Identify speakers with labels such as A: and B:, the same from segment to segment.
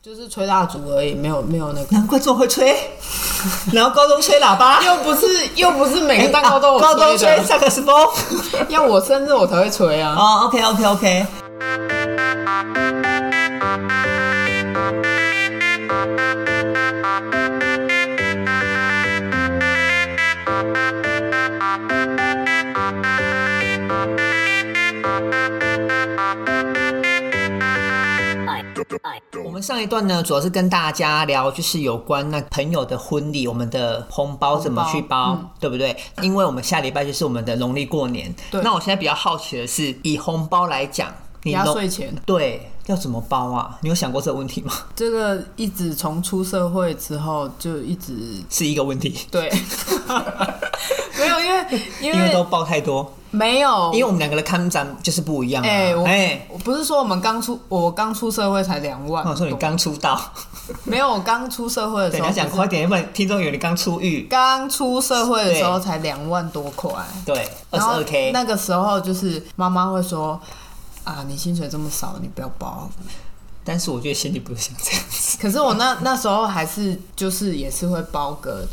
A: 就是吹蜡烛而已，没有没有那个，
B: 难怪这么会吹， 然后高中吹喇 叭，
A: 又不是又不是每个蛋糕都有
B: 哎啊高中
A: 啊吹
B: 吹
A: 的，
B: 萨克斯风。
A: 要我生日我才会吹啊。
B: 哦，OK OK OK。我们上一段呢，主要是跟大家聊，就是有关那朋友的婚礼，我们的红包嗯怎么去包，对不对？因为我们下礼拜就是我们的农历过年。
A: 对
B: 那我现在比较好奇的是，以红包来讲，你
A: 压
B: 农
A: 岁钱
B: 对要怎么包啊？你有想过这个问题吗？
A: 这个一直从出社会之后就一直
B: 是一个问题，
A: 对， 没有因为因
B: 因为
A: 为
B: 都包太多，
A: 没有，
B: 因为我们两个的看展就是不一样啊。
A: 哎我
B: 哎，
A: 我不哦是说我们刚出我刚出社会才两万
B: 那，我说你刚出道，
A: 没有我刚出社会的
B: 对，
A: 时
B: 你
A: 候
B: 要讲
A: 不是
B: 快点，要不然听众以为你刚出狱。
A: 刚出社会的时候才两万多块，
B: 对，二
A: 然
B: 十
A: 后
B: 二 k，
A: 那个时候就是妈妈会说啊，你薪水这么少，你不要包。
B: 但是我觉得心里不是想这样子。
A: 可是我那那时候还是就是也是会包个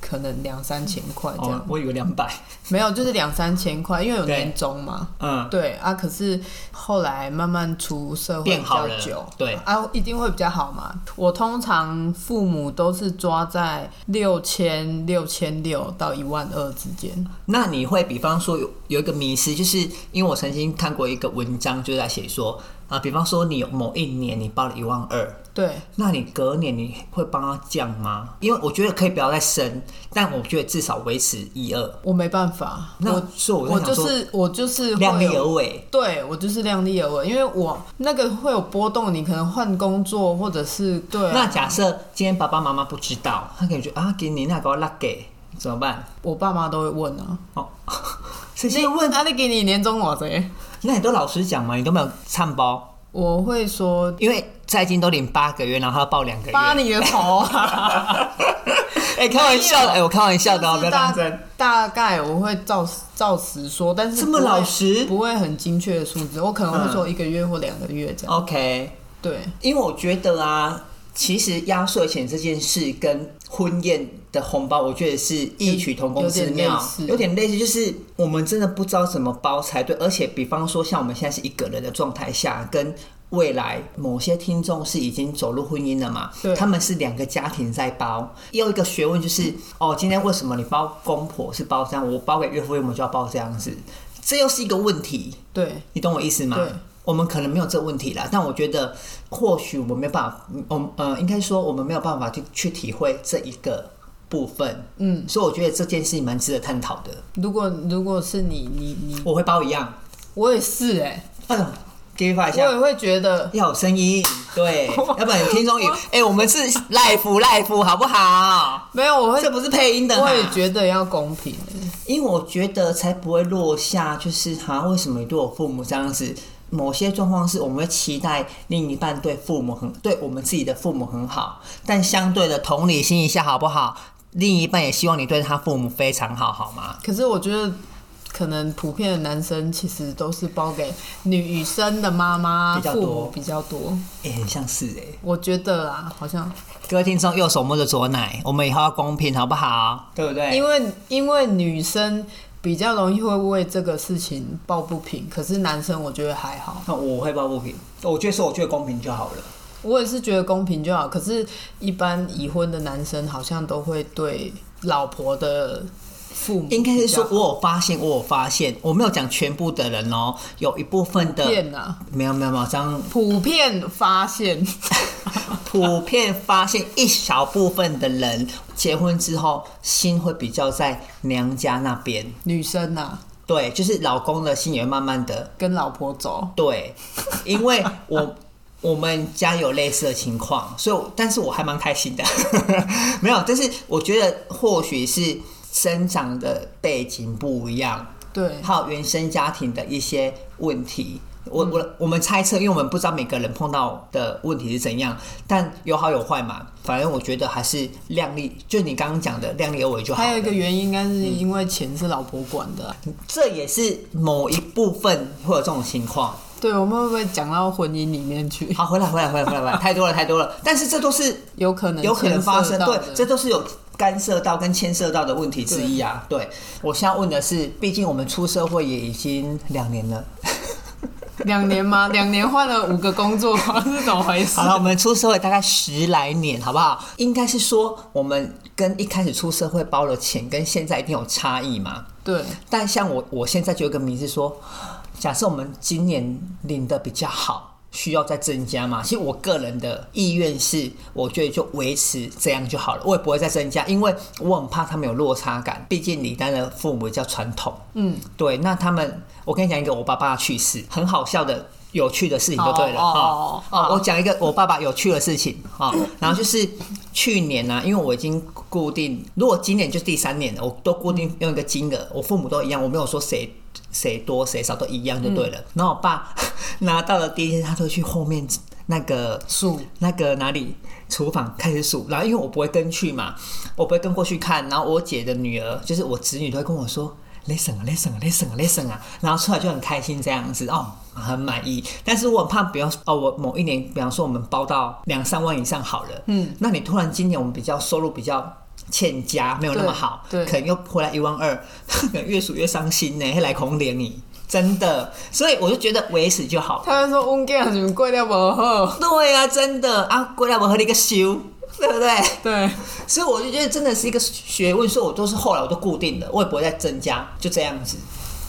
A: 可能两三千块这样，
B: 哦，我以为两百，
A: 没有就是两三千块，因为有
B: 对
A: 年终嘛。
B: 嗯，
A: 对啊，可是后来慢慢出社会
B: 变
A: 比
B: 好
A: 较
B: 了
A: 久，
B: 对
A: 啊，一定会比较好嘛。我通常父母都是抓在六千、六千六到一万二之间。
B: 那你会比方说有有一个迷失，就是因为我曾经看过一个文章，就是在写说啊，比方说你有某一年你包了一万二，
A: 对，
B: 那你隔年你会帮他降吗？因为我觉得可以不要再升，但我觉得至少维持一二。
A: 我没办法，
B: 那
A: 我
B: 所以我在
A: 我
B: 想
A: 就
B: 说
A: 是我就是会
B: 量力
A: 有
B: 而为，
A: 对我就是量力而为，因为我那个会有波动，你可能换工作或者是对啊、
B: 那假设今天爸爸妈妈不知道，他感觉得啊，给你那个拉给怎么办？
A: 我爸妈都会问啊，
B: 哦， 首先问，
A: 那你给你年终我谁？
B: 那你都老实讲嘛，你都没有唱包，
A: 我会说
B: 因为在金都领八个月，然后他要报两个月。
A: 扒你的头啊！
B: 哎、 开 玩笑的，哎、我开玩笑的哦，不
A: 就是
B: 要当
A: 大
B: 真。
A: 大概我会照照实说，但是
B: 这
A: 不
B: 么
A: 会
B: 老实
A: 不会很精确的数字，我可能会说一个月或两个月
B: 哦
A: 这样。
B: OK，
A: 对，
B: 因为我觉得啊，其实压岁钱这件事跟婚宴的红包，我觉得是异曲同工之妙，有
A: 有
B: 点类似，就是我们真的不知道怎么包才对。而且，比方说像我们现在是一个人的状态下，跟未来某些听众是已经走入婚姻了嘛，
A: 对
B: 他们是两个家庭在包。又一个学问就是，哦，今天为什么你包公婆是包这样，我包给岳父岳母就要包这样子，这又是一个问题。
A: 对，
B: 你懂我意思吗
A: 对？
B: 我们可能没有这问题啦，但我觉得或许我们没有办法，嗯我们呃，应该说我们没有办法去去体会这一个部分，
A: 嗯，
B: 所以我觉得这件事情蛮值得探讨的。
A: 如果如果是你你你，
B: 我会包一样，
A: 我也是哎、
B: 哎呦，给你发一
A: 我
B: 下
A: 也。会觉得
B: 要有声音， 对，要不然你听众以为，哎、我们是 l i f e l i f e 好不好？
A: 没有，我会
B: 这不是配音的啊嘛
A: 我也觉得要公平、欸
B: 因为我觉得才不会落下，就是哈、为什么你对我父母这样子？某些状况是我们会期待另一半对父母很，对我们自己的父母很好，但相对的同理心一下好不好？另一半也希望你对他父母非常好，好吗？
A: 可是我觉得，可能普遍的男生其实都是包给女生的妈妈、
B: 比较
A: 父
B: 多
A: 母比较多。
B: 也、很像是哎、
A: 我觉得啦，好像
B: 各位听众，右手摸着左奶，我们以后要公平，好不好？对不对？
A: 因为因为女生比较容易会为这个事情抱不平，可是男生我觉得还好。
B: 那我会抱不平，我觉得说我觉得公平就好了。
A: 我也是觉得公平就好，可是一般已婚的男生好像都会对老婆的父母
B: 应该
A: 比
B: 是
A: 较
B: 说，我有发现，我有发现，我没有讲全部的人哦，有一部分的
A: 普遍啊，
B: 没有没有没有这样
A: 普遍发现。
B: 普遍发现一小部分的人结婚之后，心会比较在娘家那边。
A: 女生呐、啊
B: 对，就是老公的心也会慢慢的
A: 跟老婆走，
B: 对，因为我我们家有类似的情况，所以我但是我还蛮开心的， 没有，但是我觉得或许是生长的背景不一样，
A: 对，
B: 还有原生家庭的一些问题。
A: 嗯
B: 我我我们猜测，因为我们不知道每个人碰到的问题是怎样，但有好有坏嘛。反正我觉得还是量力，就你刚刚讲的量力而为就好了。
A: 还有一个原因，应该是因为钱是老婆管的啊、
B: 这也是某一部分会有这种情况，
A: 对，我们会不会讲到婚姻里面去？
B: 好，回来，回来，回来，回来，回来，太多了，太多了。但是这都是
A: 有可能
B: 有可能发
A: 牵
B: 生，
A: 涉到
B: 对
A: 的，
B: 这都是有干涉到跟牵涉到的问题之一啊。对，我现在问的是，毕竟我们出社会也已经两年了。
A: 两年吗？两年换了五个工作吗？ 是怎么回事
B: 好？了，我们出社会大概十来年，好不好？应该是说，我们跟一开始出社会包的钱跟现在一定有差异嘛。
A: 对，
B: 但像我，我现在就有一个名字说，假设我们今年领的比较好，需要再增加嘛？其实我个人的意愿是，我觉得就维持这样就好了，我也不会再增加，因为我很怕他们有落差感。毕竟李丹的父母比较传统，
A: 嗯，
B: 对，那他们，我跟你讲一个我爸爸的趣事，很好笑的。有趣的事情就对了
A: 哦
B: 哈
A: 哦哦
B: 我讲一个我爸爸有趣的事情啊、哦然后就是去年呢、因为我已经固定，如果今年就是第三年了，我都固定用一个金额，我父母都一样，我没有说谁谁多谁少都一样就对了。然后我爸拿到了第一天，他就去后面那个
A: 数
B: 那个哪里厨房开始数，然后因为我不会跟去嘛，我不会跟过去看，然后我姐的女儿就是我侄女都会跟我说。listen 啊，listen 啊，listen 啊，listen 啊，然后出来就很开心这样子哦，很满意。但是我很怕，比方哦，我某一年，比方说我们包到两三万以上好了，嗯，那你突然今年我们比较收入比较欠佳，没有那么
A: 对
B: 好，
A: 对
B: 可能又回来一万二， 可能越数越伤心呢，会来恐怜你，真的。所以我就觉得维持就好了。
A: 他会说温干什么贵掉不好？
B: 对啊，真的啊，过来我喝了一个修，对不对？
A: 对，
B: 所以我就觉得真的是一个学问，所以我都是后来我都固定的，我也不会再增加，就这样子。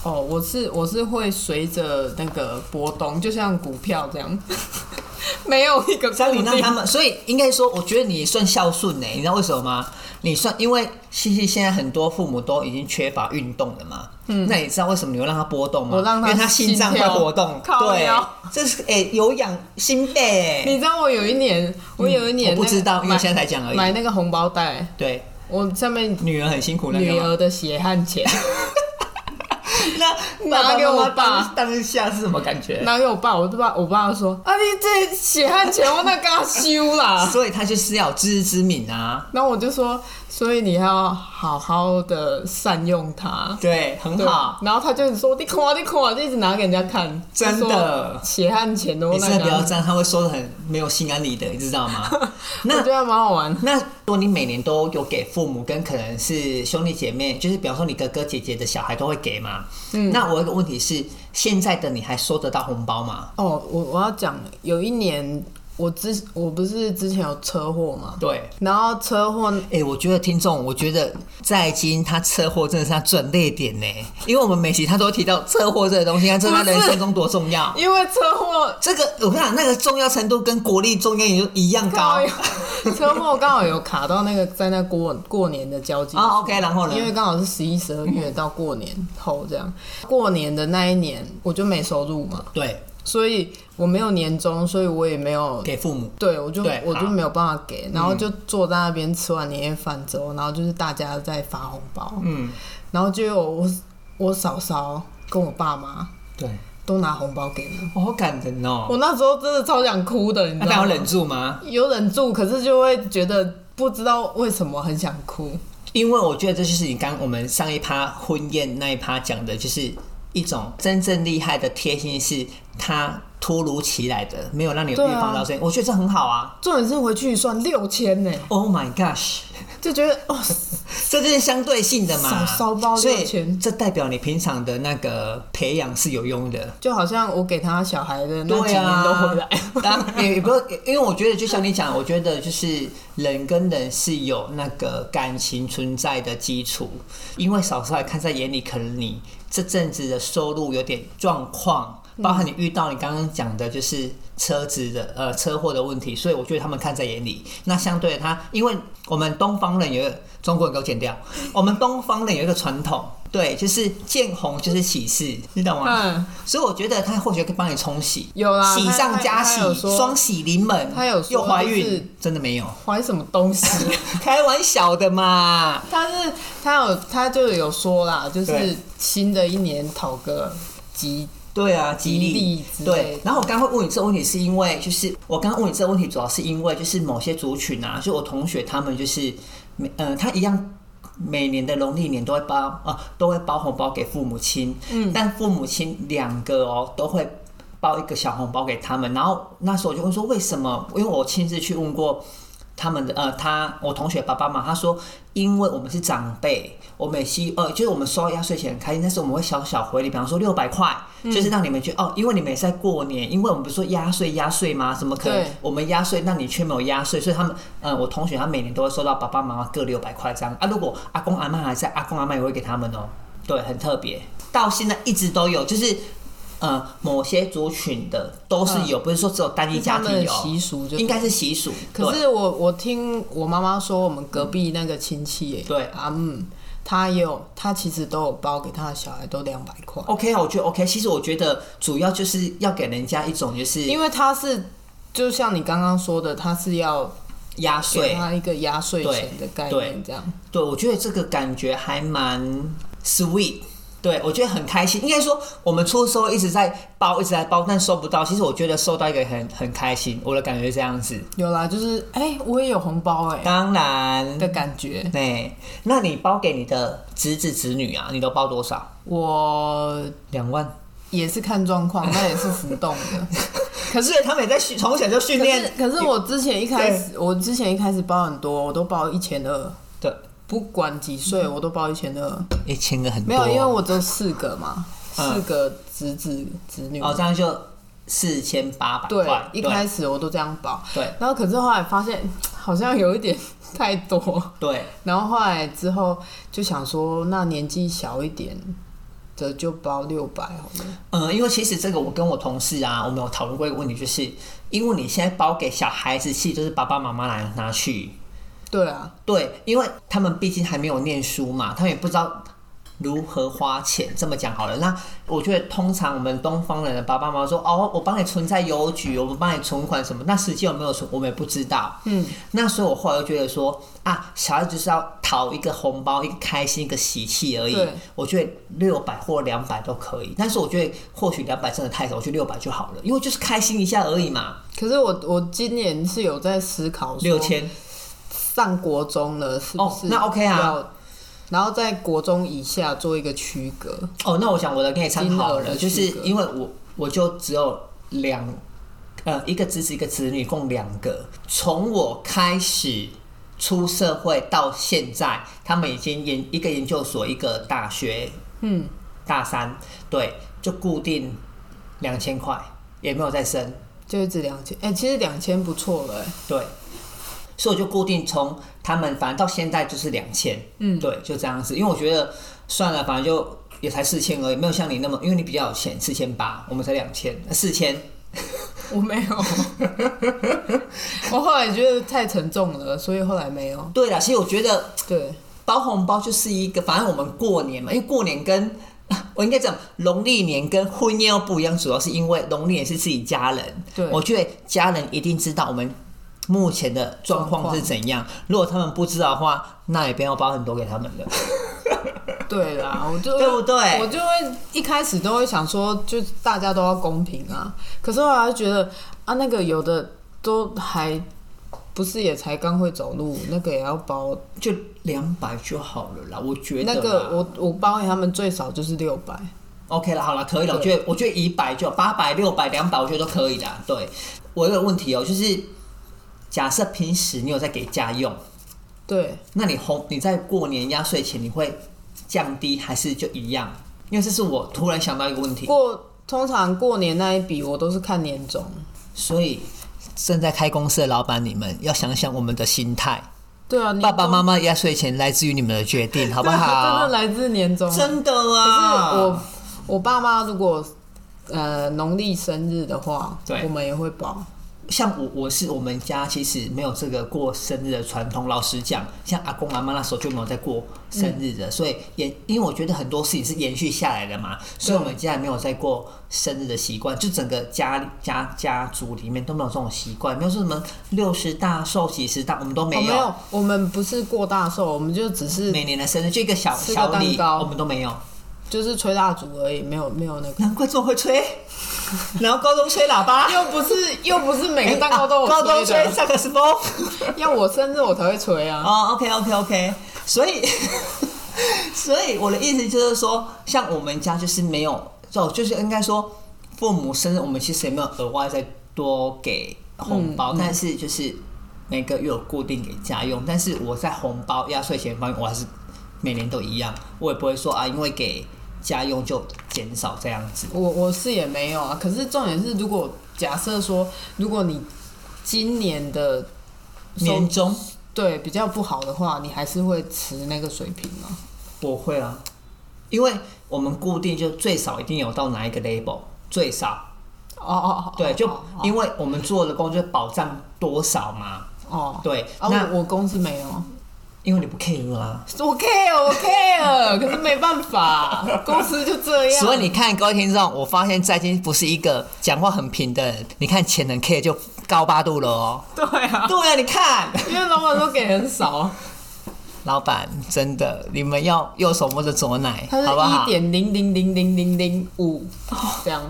A: 哦，我是我是会随着那个波动，就像股票这样， 没有一个固
B: 像你让他
A: 定。
B: 们，所以应该说，我觉得你算孝顺呢、你知道为什么吗？你算，因为西西现在很多父母都已经缺乏运动了嘛。嗯，那你知道为什么你会让他波动吗？
A: 我让他
B: 因为他心脏会活动
A: 心，跳靠
B: 对
A: 腰，
B: 这是哎、有氧心肺、
A: 你知道我有一年，嗯我有一年、
B: 我不知道因为
A: 买
B: 现在才讲而已
A: 买那个红包袋，
B: 对，
A: 我上面
B: 女儿很辛苦那个
A: 女
B: 吗。
A: 儿的血汗钱，
B: 那
A: 拿
B: 爸
A: 给我
B: 妈
A: 爸
B: 当当下是什么感觉？
A: 拿给我爸，我就爸我爸就说啊，你这血汗钱我那刚修啦。
B: 所以他就是要有自知之明啊。
A: 然后我就说，所以你要好好的善用它。
B: 对，很
A: 对
B: 好，。
A: 然后他就一直说你看啊，你看啊，就一直拿给人家看，
B: 真
A: 就
B: 的
A: 说血汗钱都
B: 你真的
A: 那
B: 不要
A: 个，
B: 这样，他会说的很没有心安理得，你知道 吗？
A: 我
B: 那
A: 觉得还蛮好玩。
B: 那如果你每年都有给父母跟可能是兄弟姐妹，就是比方说你哥哥姐姐的小孩都会给嘛，嗯，那我有一个问题是，现在的你还收得到红包吗？
A: 哦，我我要讲，有一年我之我不是之前有车祸嘛，
B: 对。
A: 然后车祸
B: 哎、我觉得听众，我觉得在金他车祸真的是他转捩点呢，因为我们每期他都会提到车祸这个东西，他知道他
A: 不是
B: 人生中多重要。
A: 因为车祸
B: 这个我跟你讲，那个重要程度跟国力重要也就一样
A: 刚
B: 高
A: 好。有车祸刚好有卡到那个在那过过年的交接
B: 啊、o k 然后呢？
A: 因为刚好是十一、十二月到过年后这样，过年的那一年我就没收入嘛，
B: 对，
A: 所以我没有年终，所以我也没有
B: 给父母。
A: 对，我就
B: 对
A: 我就
B: 好嗯
A: 没有办法给，然后就坐在那边吃完年夜饭之后，然后就是大家在发红包，
B: 嗯，
A: 然后就有我我嫂嫂跟我爸妈
B: 对，
A: 都拿红包给我，
B: 我好感人哦。
A: 我那时候真的超想哭的，你
B: 那
A: 知
B: 他
A: 道
B: 有
A: 吗？
B: 忍住吗？
A: 有忍住，可是就会觉得不知道为什么很想哭，
B: 因为我觉得这就是你刚我们上一趴婚宴那一趴讲的，就是一种真正厉害的贴心，是他突如其来的，没有让你预
A: 对啊
B: 防到这些。我觉得这很好啊。
A: 重点是回去一算六千呢，
B: Oh my gosh，
A: 就觉得哦，
B: 这就是相对性的嘛。
A: 少烧包
B: 所
A: 六
B: 以
A: 千
B: 这代表你平常的那个培养是有用的。
A: 就好像我给他小孩的那
B: 对
A: 几年都回来，
B: 啊、当然也也不是，因为我觉得就像你讲，我觉得就是人跟人是有那个感情存在的基础，因为嫂嫂也看在眼里，可能你这阵子的收入有点状况，包含你遇到你刚刚讲的就是车子的呃车祸的问题，所以我觉得他们看在眼里。那相对的他，因为我们东方人有一个中国人给我剪掉，我们东方人有一个传统。对，就是见红就是喜事，你懂吗？
A: 嗯，
B: 所以我觉得他或许可以帮你冲洗，
A: 有啦
B: 喜上
A: 他他
B: 加
A: 他有
B: 喜，
A: 说
B: 双喜临门。
A: 他有说
B: 又怀
A: 就是
B: 孕，真的没有，
A: 怀什么东西？
B: 开玩笑的嘛。
A: 他是他有他就有说啦，就是
B: 对
A: 新的一年讨个吉，
B: 对啊，
A: 吉
B: 吉
A: 利
B: 利
A: 之类的
B: 对。然后我刚刚会问你这个问题，是因为就是我刚刚问你这个问题，主要是因为就是某些族群啊，就我同学他们就是每呃，他一样每年的农历年都会包啊、呃都会包红包给父母亲，嗯，但父母亲两个哦都会。包一个小红包给他们。然后那时候我就问说为什么？因为我亲自去问过他们的呃，他我同学爸爸嘛，他说因为我们是长辈，我每期呃就是我们收压岁钱很开心，但是我们会小小回礼，比方说六百块，
A: 嗯
B: 就是让你们去哦，因为你们也是在过年，因为我们不是说压岁压岁吗？怎么可能
A: 对
B: 我们压岁，那你却没有压岁？所以他们呃，我同学他每年都会收到爸爸妈妈各六百块这样啊。如果阿公阿妈还在，阿公阿妈也会给他们哦、对，很特别，到现在一直都有，就是。呃，某些族群的都是有，不是说只有单一家
A: 嗯他们
B: 庭
A: 的
B: 有，
A: 习俗就
B: 应该是习俗。
A: 可
B: 对
A: 是我我听我妈妈说，我们隔壁那个亲戚耶，
B: 对
A: 啊嗯，他也有，他其实都有包给他的小孩都两百块，
B: OK 啊，我觉得 OK。其实我觉得主要就是要给人家一种就是
A: 因为他是就像你刚刚说的，他是要
B: 压
A: 给
B: 岁，
A: 他一个压岁钱的概
B: 对
A: 念，这样
B: 对我觉得这个感觉还蛮 sweet。对，我觉得很开心。应该说，我们出收一直在包，一直在包，但收不到。其实我觉得收到一个很很开心，我的感觉是这样子。
A: 有啦，就是哎、我也有红包哎、
B: 当然，
A: 的感觉，
B: 对，那你包给你的侄子侄女啊，你都包多少？
A: 我
B: 两万。
A: 也是看状况，那也是浮动 的。
B: 可是他们也在训，从小就训
A: 可
B: 练
A: 是。可是我之前一开始，我之前一开始包很多，我都包一千二，
B: 对，
A: 不管几
B: 嗯
A: 岁我都包一千二。
B: 一千个很多。
A: 没有，因为我只有四个嘛，
B: 嗯
A: 四个侄子侄女。
B: 哦，这样就四千八百
A: 对
B: 块。，
A: 一
B: 对
A: 开始我都这样包，
B: 对
A: 然后可是后来发现好像有一点太多，
B: 对
A: 然后后来之后就想说，那年纪小一点的就包六百好了。
B: 嗯，因为其实这个我跟我同事啊，我们有讨论过一个问题，就是因为你现在包给小孩子，其实就是爸爸妈妈来拿去，
A: 对啊，
B: 对，因为他们毕竟还没有念书嘛，他们也不知道如何花钱。这么讲好了，那我觉得通常我们东方人的爸爸妈妈说，哦，我帮你存在邮局，我们帮你存款什么，那实际有没有存，我们也不知道。
A: 嗯，
B: 那所以我后来就觉得说，啊，小孩子就是要讨一个红包，一个开心，一个喜气而已
A: 对。
B: 我觉得六百或两百都可以，但是我觉得或许两百真的太少，我觉得六百就好了，因为就是开心一下而已嘛。
A: 可是我我今年是有在思考，
B: 六千，
A: 上国中了是不是
B: 哦那 OK 啊
A: 要，然后在国中以下做一个区隔，
B: 哦，那我想我的跟你参考
A: 金额
B: 了，
A: 的
B: 就是
A: 区隔
B: 因为我我就只有两，呃，一个侄子一个侄女，共两个。从我开始出社会到现在，他们已经研一个研究所，一个大学，
A: 嗯，
B: 大三，对，就固定两千块，也没有再升，
A: 就一直两千。哎，其实两千不错了、哎
B: 对。所以我就固定从他们，反正到现在就是两千，
A: 嗯
B: 对，就这样子。因为我觉得算了，反正就也才四千而已，没有像你那么，因为你比较有钱，四千八，我们才两千，呃四千。
A: 我没有， 我后来觉得太沉重了，所以后来没有。
B: 对了，其实我觉得
A: 对，
B: 包红包就是一个，反正我们过年嘛，因为过年跟啊我应该讲农历年跟婚宴又不一样，主要是因为农历年是自己家人，
A: 对
B: 我觉得家人一定知道我们目前的状况是怎样。如果他们不知道的话，那也不要包很多给他们了。
A: 对啦，我就
B: 对不对
A: 我就会一开始都会想说，就大家都要公平啊。可是后来就觉得啊，那个有的都还不是也才刚会走路，那个也要包。
B: 就两百就好了啦，我觉得
A: 那
B: 啦
A: 个我我包给他们最少就是六百。
B: OK 了，好了，可以了。我觉得我觉得一百就八百、六百、两百，我觉得都可以的。对，我有个问题哦、就是假设平时你有在给家用，
A: 对，
B: 那你红你在过年压岁钱你会降低还是就一样？因为这是我突然想到一个问题，
A: 过通常过年那一笔我都是看年终。
B: 所以正在开公司的老板你们要想想我们的心态。
A: 对啊，
B: 爸爸妈
A: 妈
B: 妈压岁钱来自于你们的决定，好不
A: 真的
B: 好？
A: 来自年终啊。
B: 真的
A: 可是
B: 啊！
A: 我我爸妈如果呃农历生日的话，
B: 对
A: 我们也会包。
B: 像我，我是我们家其实没有这个过生日的传统。老实讲，像阿公阿妈那时候就没有在过生日
A: 嗯
B: 的，所以延，因为我觉得很多事情是延续下来的嘛，所以我们家也没有在过生日的习惯，就整个家里家家族里面都没有这种习惯，没有说什么六十大寿、几十大，我们都
A: 哦
B: 没有。
A: 没有，我们不是过大寿，我们就只是
B: 每年的生日就一个小
A: 吃个
B: 小礼，
A: 蛋糕
B: 我们都没有。
A: 就是吹蜡烛而已，没有没有那个，
B: 难怪这么会吹，然后高中吹喇叭， 哎啊
A: 又不是又不是每个蛋糕都
B: 高中
A: 有
B: 吹
A: 啊吹的，
B: 萨克斯风。
A: 要我生日我才会吹啊。
B: 哦，OK OK OK，所以 所以我的意思就是说，像我们家就是没有，就就是应该说父母生日，我们其实也没有额外再多给红包，但是就是每个月有固定给家用，但是我在红包压岁钱方面，我还是每年都一样，我也不会说啊，因为给家用就减少这样子。
A: 我我是也没有啊，可是重点是，如果假设说，如果你今年的收
B: 年终
A: 对比较不好的话，你还是会持那个水平吗？
B: 我会啊，因为我们固定就最少一定有到哪一个 label，最少
A: 哦哦哦，
B: 对，就
A: 哦哦
B: 因为我们做的工作保障多少嘛，
A: 哦，
B: 对，
A: 啊，
B: 那
A: 我我公司没有。啊
B: 因为你不 care 啊。
A: 我 care，我 care，可是没办 法，公司就这样。
B: 所以你看，各位听众，我发现在金不是一个讲话很平的人。你看潜能 K 就高八度了哦。
A: 对啊，
B: 对啊，你看，
A: 因为老板说给很少，
B: 老板真的，你们要右手摸着左奶，
A: 他是
B: 好不好
A: 一？点零零零零零零五这样，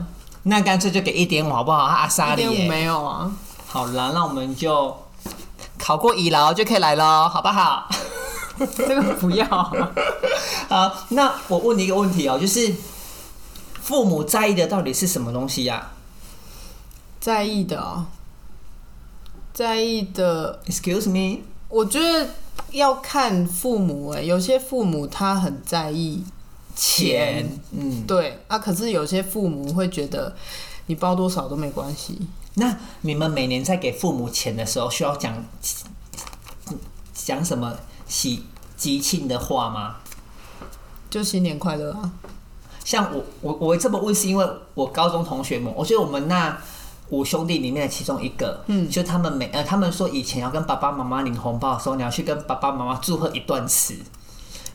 B: 那干脆就给一点五好不好？啊阿莎
A: 一点
B: 里
A: 五
B: 耶，
A: 没有啊。
B: 好啦，那我们就考过乙劳就可以来喽，好不好？
A: 这个不要、啊
B: 好，那我问你一个问题哦，就是父母在意的到底是什么东西啊呀、
A: 在意的、哦，在意的，
B: e x c u s e me，
A: 我觉得要看父母哎、有些父母他很在意钱，
B: 钱，嗯。
A: 对啊，可是有些父母会觉得你包多少都没关系，
B: 那你们每年在给父母钱的时候，需要讲讲什么喜吉庆的话吗？
A: 就新年快乐啊。
B: 像我，我我会这么问，是因为我高中同学们，我觉得我们那五兄弟里面的其中一个，嗯，就他们每呃，他们说以前要跟爸爸妈妈领红包的时候，你要去跟爸爸妈妈祝贺一段时，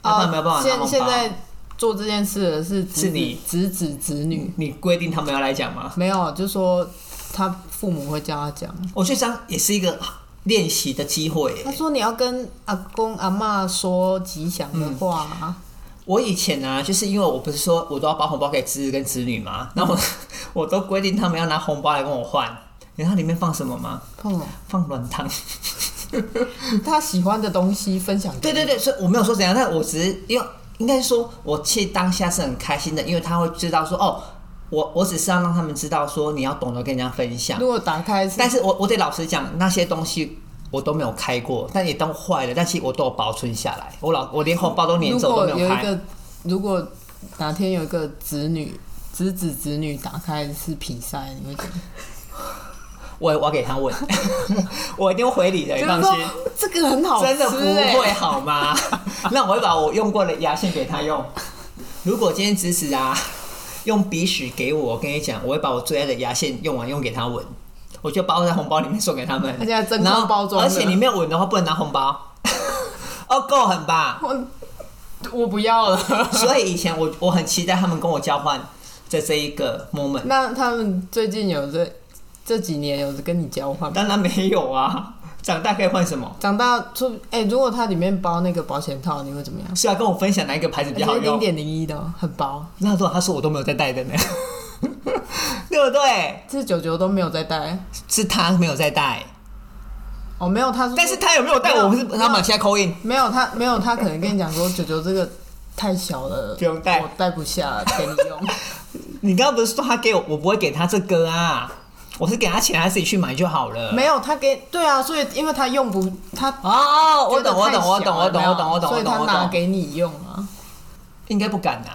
B: 要不然没有办法拿
A: 哦啊现
B: 红
A: 现
B: 包。
A: 在做这件事的是侄
B: 是你
A: 子侄子侄女，
B: 你规定他们要来讲吗？
A: 没有就说他父母会教他讲。
B: 我觉得这样也是一个练习的机会耶。
A: 他说你要跟阿公阿嬷说吉祥的话、啊
B: 我以前呢、啊，就是因为我不是说我都要包红包给侄子跟侄女 嘛，然后我我都规定他们要拿红包来跟我换。你知道里面放什么吗？
A: 哦
B: 放软糖。
A: 他喜欢的东西分享给
B: 对
A: 你。
B: 对对，所以我没有说怎样，但我只是因为应该说，我其实当下是很开心的，因为他会知道说，哦，我我只是要让他们知道说，你要懂得跟人家分享。
A: 如果打开是
B: 但是我我得老实讲，那些东西我都没有开过，但也都坏了，但其实我都有保存下来。我老我连红包都粘
A: 如
B: 着，我
A: 果
B: 都
A: 有
B: 没有
A: 一
B: 开。
A: 个，如果哪天有一个子女侄子侄女打开是皮塞，你会觉得
B: 我我要给他问， 我一定会回礼的，你哎放
A: 就是
B: 心。
A: 说这个很好吃、欸，
B: 真的不会好吗？哦欸 那我会把我用过的牙线给他用。如果今天侄子啊用鼻屎给我，我跟你讲，我会把我最爱的牙线用完用给他闻，我就包在红包里面送给他们。
A: 而且还真空
B: 然后
A: 包装的
B: 而且你没有闻的话不能拿红包。哦，够 狠吧？
A: 我我不要了。
B: 所以以前我我很期待他们跟我交换的这一个 moment，
A: 那他们最近有这这几年有跟你交换吗？
B: 当然没有啊。长大可以换什么？
A: 长大说，哎、如果它里面包那个保险套，你会怎么样？
B: 是要跟我分享哪一个牌子比较好
A: 而且零
B: 用？
A: 点零一的哦，很薄，
B: 那时候他说我都没有在带的呢， 对不对？
A: 这九九都没有在带。
B: 是他没有在带，
A: 哦，没有，他说
B: 但是他有没有带我不是他们现在扣印，
A: 没有他没有他可能跟你讲说九九这个太小了，
B: 不用带
A: 我带不下，给你 用。
B: 你刚刚不是说他给我，我不会给他这个啊，我是给他钱，他自己去买就好了。
A: 没有，他给对啊，所以因为他用不他
B: 哦，我懂，我
A: 觉得
B: 懂，我
A: 太小
B: 懂，我
A: 了
B: 懂，我懂，我懂，
A: 所
B: 我
A: 以
B: 懂，
A: 他
B: 我
A: 拿
B: 懂，
A: 给你用啊。
B: 应该不敢呐，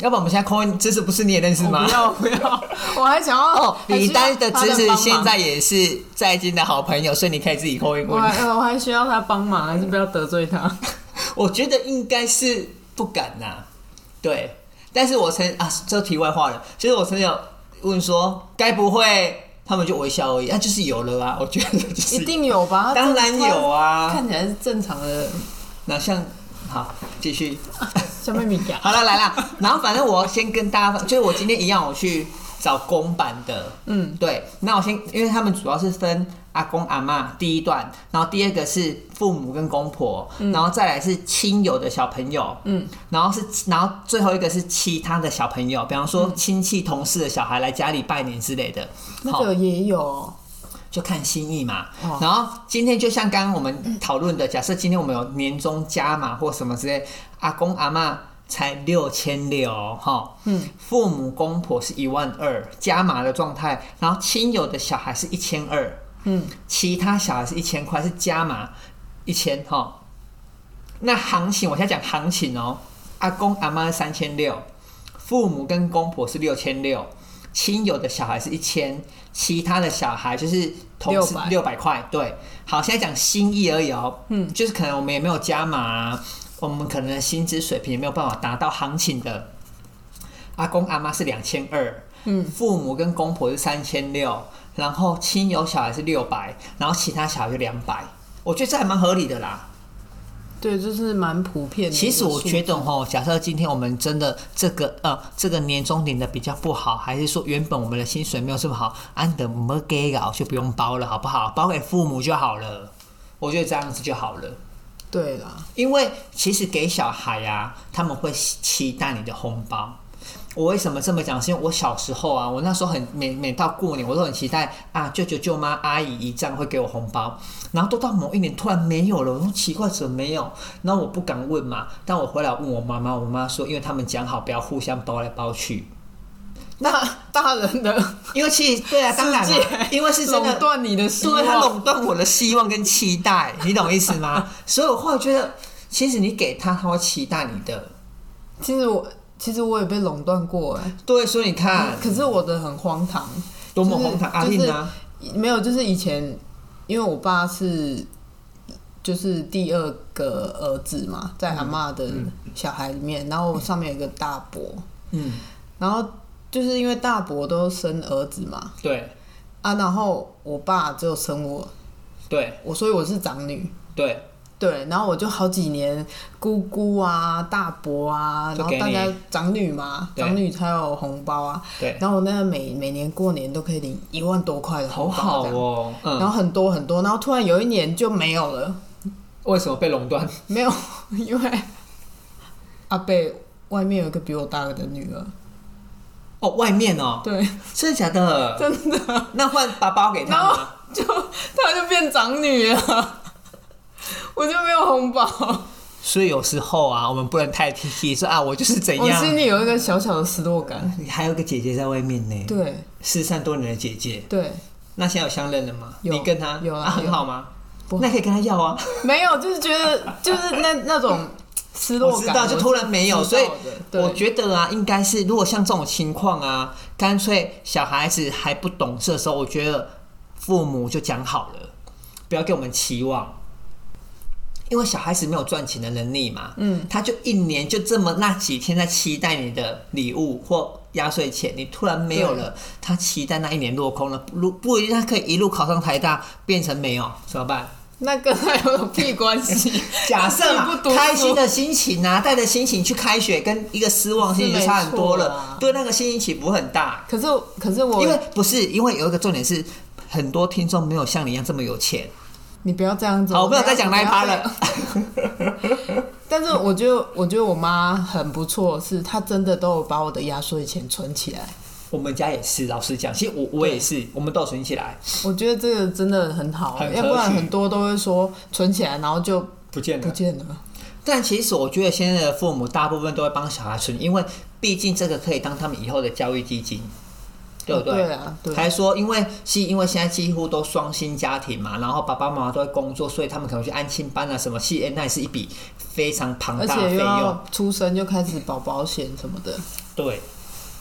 B: 要不然我们现在扣印，这次不是你也认识吗
A: 不？ 要不要，我还想要
B: 哦，李丹的侄子
A: 还需要
B: 现
A: 他的帮忙
B: 在也是在金的好朋友，所以你可以自己扣印
A: 我
B: 问。
A: 还我还需要他帮忙，啊还是不要得罪他。
B: 我觉得应该是不敢呐、对。但是我曾啊，这题外话了，就是我曾经有问说，该不会他们就微笑而已，啊，就是有了啊，我觉得就是
A: 一定有吧？
B: 当然有
A: 他
B: 啊。
A: 看起来是正常的
B: 那像好，继续，
A: 小妹妹呀。
B: 好了来啦，然后反正我先跟大家，就是我今天一样，我去找公版的，
A: 嗯，
B: 对。那我先，因为他们主要是分阿公阿妈第一段，然后第二个是父母跟公婆，
A: 嗯
B: 然后再来是亲友的小朋友，嗯，然后是然后最后一个是其他的小朋友，比方说亲戚同事的小孩来家里拜年之类的，
A: 嗯那
B: 好
A: 个也有，
B: 就看心意嘛。
A: 哦
B: 然后今天就像刚刚我们讨论的，假设今天我们有年终加码或什么之类，阿公阿妈才六千六哈，嗯，父母公婆是一万二加码的状态，然后亲友的小孩是一千二，嗯，其他小孩是一千块是加码一千哈。那行情我现在讲行情哦，阿公阿妈三千六，父母跟公婆是六千六，亲友的小孩是一千，其他的小孩就是同事
A: 600
B: 六百块，对，好，现在讲心意而已哦，嗯，就是可能我们也没有加码啊、我们可能薪资水平也没有办法达到行情的。阿公阿妈是两千二，嗯，父母跟公婆是三千六，然后亲友小孩是六百，然后其他小孩就两百，我觉得这还蛮合理的啦。
A: 对，就是蛮普遍的一
B: 其
A: 个数字。
B: 实我觉得哦，假设今天我们真的这个呃这个年终领的比较不好，还是说原本我们的薪水没有这么好，安德没给搞就不用包了，好不好？包给父母就好了，我觉得这样子就好了。
A: 对啦，
B: 因为其实给小孩呀、他们会期待你的红包。我为什么这么讲？是因为我小时候啊，我那时候很每每到过年，我都很期待啊，舅舅、舅妈、阿姨、姨丈会给我红包。然后都到某一年突然没有了，我说奇怪怎么没有？然后我不敢问嘛，但我回来问我妈妈，我妈说因为他们讲好不要互相包来包去。那
A: 大人的
B: 因为其实对啊，当然
A: 世
B: 啊
A: 界，
B: 因为是真的
A: 垄断你的希
B: 对他
A: 望，
B: 垄断我的希望跟期待，你懂意思吗？所以我后来觉得，其实你给他，他会期待你的。
A: 其实我其实我也被垄断过哎、
B: 对，所以你看，
A: 可是我的很荒唐，
B: 啊多么荒唐！阿
A: 就是
B: 令啊，
A: 没有，就是以前因为我爸是就是第二个儿子嘛，在阿嬷的小孩里面，然后我上面有一个大伯，
B: 嗯，
A: 然后就是因为大伯都生儿子嘛，
B: 对
A: 啊，然后我爸只有生我，
B: 对
A: 我所以我是长女。
B: 对，
A: 对，然后我就好几年姑姑啊、大伯啊，
B: 都
A: 然后
B: 给
A: 大
B: 你
A: 家长女嘛，
B: 对
A: 长女才有红包啊。
B: 对
A: 然后我那个每每年过年都可以领一万多块的
B: 好
A: 红
B: 好
A: 包，这样。
B: 哦。
A: 然后
B: 嗯，
A: 很多很多，然后突然有一年就没有了，
B: 为什么被垄断？
A: 没有，因为阿贝外面有一个比我大的女儿，
B: 哦，外面哦，
A: 对，
B: 真的假的？
A: 真的，
B: 那换把包给
A: 然
B: 他
A: 后
B: 吗？
A: 就她就变长女了， 我就没有红包，
B: 所以有时候啊，我们不能太 T T 说啊，我就是怎
A: 我心
B: 样。
A: 里有一个小小的失落感。
B: 还有一个姐姐在外面呢，
A: 对
B: 失散多年的姐姐。
A: 对，
B: 那现在有相认了吗？
A: 有
B: 你跟他
A: 有啦
B: 啊，
A: 有
B: 很好吗？
A: 不
B: 那可以跟他要啊。
A: 没有，就是觉得 就是那那种失落
B: 我
A: 感，
B: 知道，就突然没有，
A: 我知
B: 所
A: 道
B: 以
A: 的对
B: 我觉得啊，应该是如果像这种情况啊，干脆小孩子还不懂事的时候，我觉得父母就讲好了，不要给我们期望，因为小孩子没有赚钱的能力嘛，嗯，他就一年就这么那几天在期待你的礼物或压岁钱，你突然没有了，他期待那一年落空了，不不一定他可以一路考上台大变成没有，怎么办？？
A: 那跟他有屁关系
B: 假
A: 他自
B: 设嘛
A: 己不读，书
B: 开心的心情啊，带着心情去开学，跟一个失望的心情就差很多
A: 是没
B: 了，
A: 错啊
B: 对那个心情起伏很大。
A: 可是可是我
B: 因为不是，因为有一个重点是，很多听众没有像你一样这么有钱。
A: 你不要这样子。
B: 哦好，我没有再讲那一
A: 不
B: 趴。
A: 要
B: 了。
A: 但是我觉得，我觉得我妈很不错，是她真的都有把我的压岁钱存起来。
B: 我们家也是，老实讲，其实我我也是，我们都有存起来，
A: 我觉得这个真的很好，
B: 很可取
A: 要不然很多都会说存起来，然后就
B: 不见
A: 不
B: 了。
A: 见了。
B: 但其实我觉得现在的父母大部分都会帮小孩存，因为毕竟这个可以当他们以后的教育基金，对不对？
A: 对啊，对。
B: 还说，因为是因为现在几乎都双薪家庭嘛，然后爸爸妈妈都在工作，所以他们可能去安亲班啊什么，其实那也是一笔非常庞
A: 而
B: 大的
A: 且
B: 费
A: 又
B: 用。
A: 要出生就开始保保险什么的，
B: 对，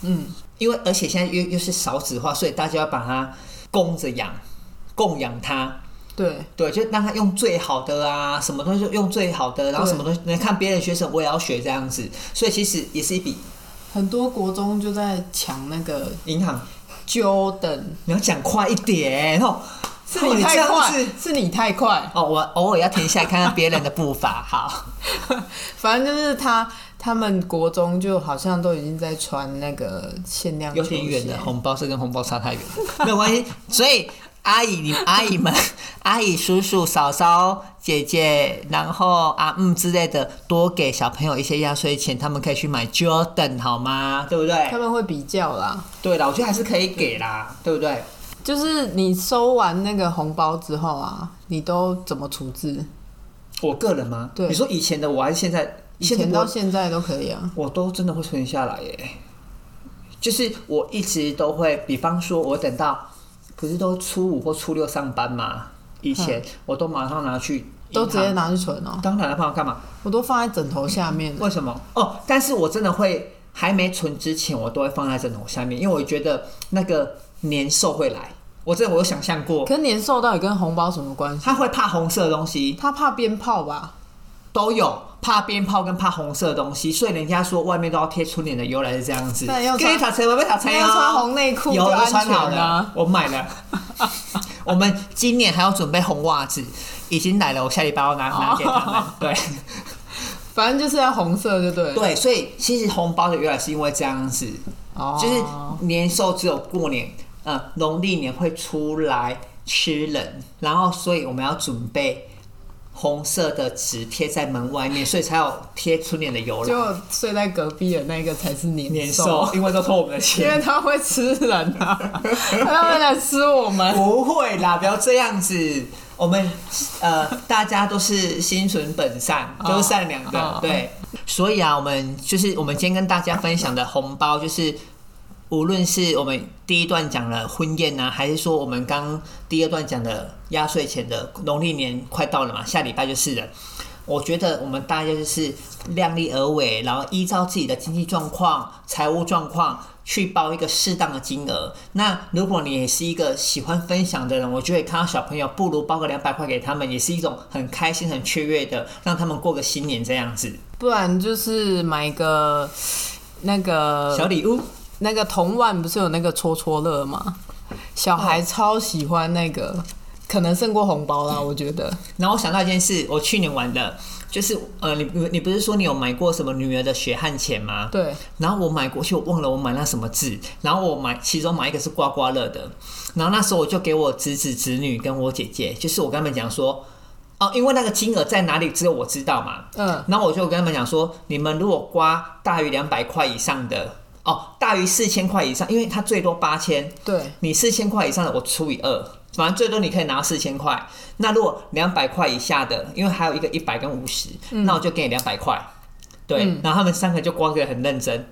A: 嗯，
B: 因为而且现在又又是少子化，所以大家要把它供着养，供养它。
A: 对
B: 对，就让他用最好的啊，什么东西就用最好的，然后
A: 对
B: 什么东西，你看别人学生我也要学这样子，所以其实也是一笔
A: 很多国中就在抢那个
B: 银行。
A: Jordan，
B: 你要讲快一点哦，
A: 是
B: 哦
A: 你
B: 这
A: 太
B: 样
A: 快，
B: 子
A: 是你太快。
B: 哦，我偶尔要停下来看看别人的步伐，好。
A: 反正就是他，他们国中就好像都已经在穿那个限量
B: 有
A: 球
B: 点
A: 鞋
B: 远的，红包是跟红包差太远了，没有关系。所以阿姨、你阿姨们、阿姨、叔叔、嫂嫂、姐姐，然后阿嗯之类的，多给小朋友一些压岁钱，他们可以去买 Jordan 好吗？对不
A: 他
B: 对？
A: 们会比较啦。
B: 对啦，我觉得还是可以给啦，对不对？
A: 就是你收完那个红包之后啊，你都怎么处置？
B: 我个人吗？
A: 对
B: 你说以前的我还是现在？
A: 以
B: 现在
A: 前
B: 不
A: 到
B: 会
A: 现在都可以啊。
B: 我都真的会存下来耶。就是我一直都会，比方说，我等到不是都初五或初六上班吗？以前我都马上拿去银行
A: 嗯都直接。拿去存哦，
B: 当然了，朋友干嘛？
A: 我都放在枕头下面了。
B: 为什么？哦，但是我真的会还没存之前，我都会放在枕头下面，因为我觉得那个年兽会来。我真的我有想象过，
A: 可是年兽到底跟红包什么关系？
B: 他会怕红色的东西，
A: 他怕鞭炮吧？
B: 都有怕鞭炮跟怕红色的东西，所以人家说外面都要贴春联的由来是这样子。
A: 那要
B: 可以
A: 穿
B: 打车吗？被打车
A: 那要穿红内裤
B: 有
A: 就
B: 我
A: 安
B: 穿
A: 全
B: 好
A: 啊
B: 了，我买 了。我们今年还要准备红袜子，已经来了，我下礼拜要拿拿给他们。对
A: 哦反正就是要红色，就对了。
B: 对，所以其实红包的由来是因为这样子，
A: 哦，
B: 就是年兽只有过年，呃，农历年会出来吃人，然后所以我们要准备红色的纸贴在门外面，所以才有贴春联的由来。
A: 就睡在隔壁的那个才是年
B: 年兽，因为都偷我们的
A: 因
B: 钱。
A: 为他会吃人 啊，他会来吃我们。
B: 不会啦，不要这样子。我们呃， 大家都是心存本善，
A: 哦
B: 都是善良的，
A: 哦
B: 对。所以啊，我们就是我们今天跟大家分享的红包，就是无论是我们第一段讲了婚宴啊，还是说我们刚第二段讲的压岁钱的农历年快到了嘛，下礼拜就是了。我觉得我们大家就是量力而为，然后依照自己的经济状况、财务状况去包一个适当的金额。那如果你也是一个喜欢分享的人，我觉得看到小朋友，不如包个两百块给他们，也是一种很开心、很雀跃的，让他们过个新年这样子。
A: 不然就是买个那个
B: 小礼物，
A: 那个童玩不是有那个戳戳乐吗？小孩超喜欢那个，可能胜过红包啦，我觉得。
B: 然后我想到一件事，我去年玩的，就是呃，你你不是说你有买过什么女儿的血汗钱吗？
A: 对，
B: 然后我买过去，我忘了我买那什么字。然后我买，其中买一个是刮刮乐的。然后那时候我就给我侄子、侄女跟我姐姐，就是我跟他们讲说，哦，因为那个金额在哪里只有我知道嘛。
A: 嗯，
B: 然后我就跟他们讲说，你们如果刮大于两百块以上的，哦，大于四千块以上，因为它最多八千，
A: 对，
B: 你四千块以上的我除以二，反正最多你可以拿四千块。那如果两百块以下的，因为还有一个一百跟五十、那我就给你两百块。对，
A: 嗯
B: 然后他们三个就刮得很认真。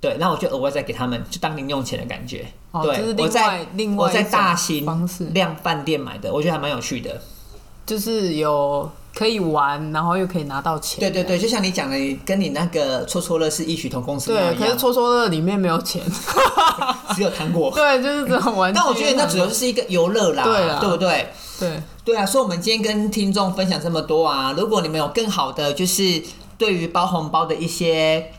B: 对，然后我就额外再给他们，就当零用钱的感觉。
A: 哦这是另
B: 对，我在
A: 外另外
B: 我在
A: 一种
B: 大型
A: 方式
B: 量饭店买的，我觉得还蛮有趣的。
A: 就是有可以玩，然后又可以拿到钱。
B: 对对对，就像你讲的，跟你那个戳戳乐是异曲同工之妙
A: 对，
B: 一
A: 可是
B: 样，
A: 戳戳乐里面没有钱。
B: 只有 糖果。
A: 对，就是这种玩具。
B: 但我觉得那主要就是一个游乐啦，
A: 啊对啦啊
B: 对不对？
A: 对，
B: 对啊，所以我们今天跟听众分享这么多啊，如果你们有更好的，就是对于包红包的一些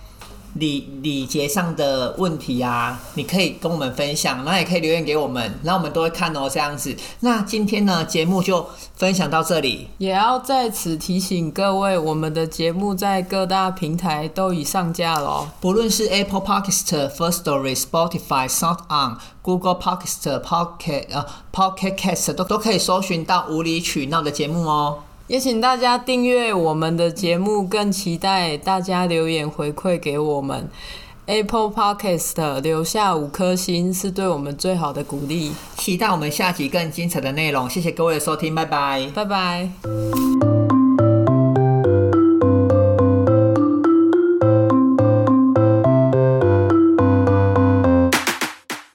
B: 礼礼节上的问题啊，你可以跟我们分享，那也可以留言给我们，然后我们都会看哦，这样子。那今天呢，节目就分享到这里，
A: 也要在此提醒各位，我们的节目在各大平台都已上架喽。
B: 不论是 Apple Podcast、First Story、Spotify、Sound On、Google Podcast、Pocket 呃 Pocket Cast 都都可以搜寻到无理取闹的节目哦。
A: 也请大家订阅我们的节目，更期待大家留言回馈给我们。Apple Podcast 留下五颗星是对我们最好的鼓励。
B: 期待我们下集更精彩的内容。谢谢各位的收听，拜拜。
A: 拜拜。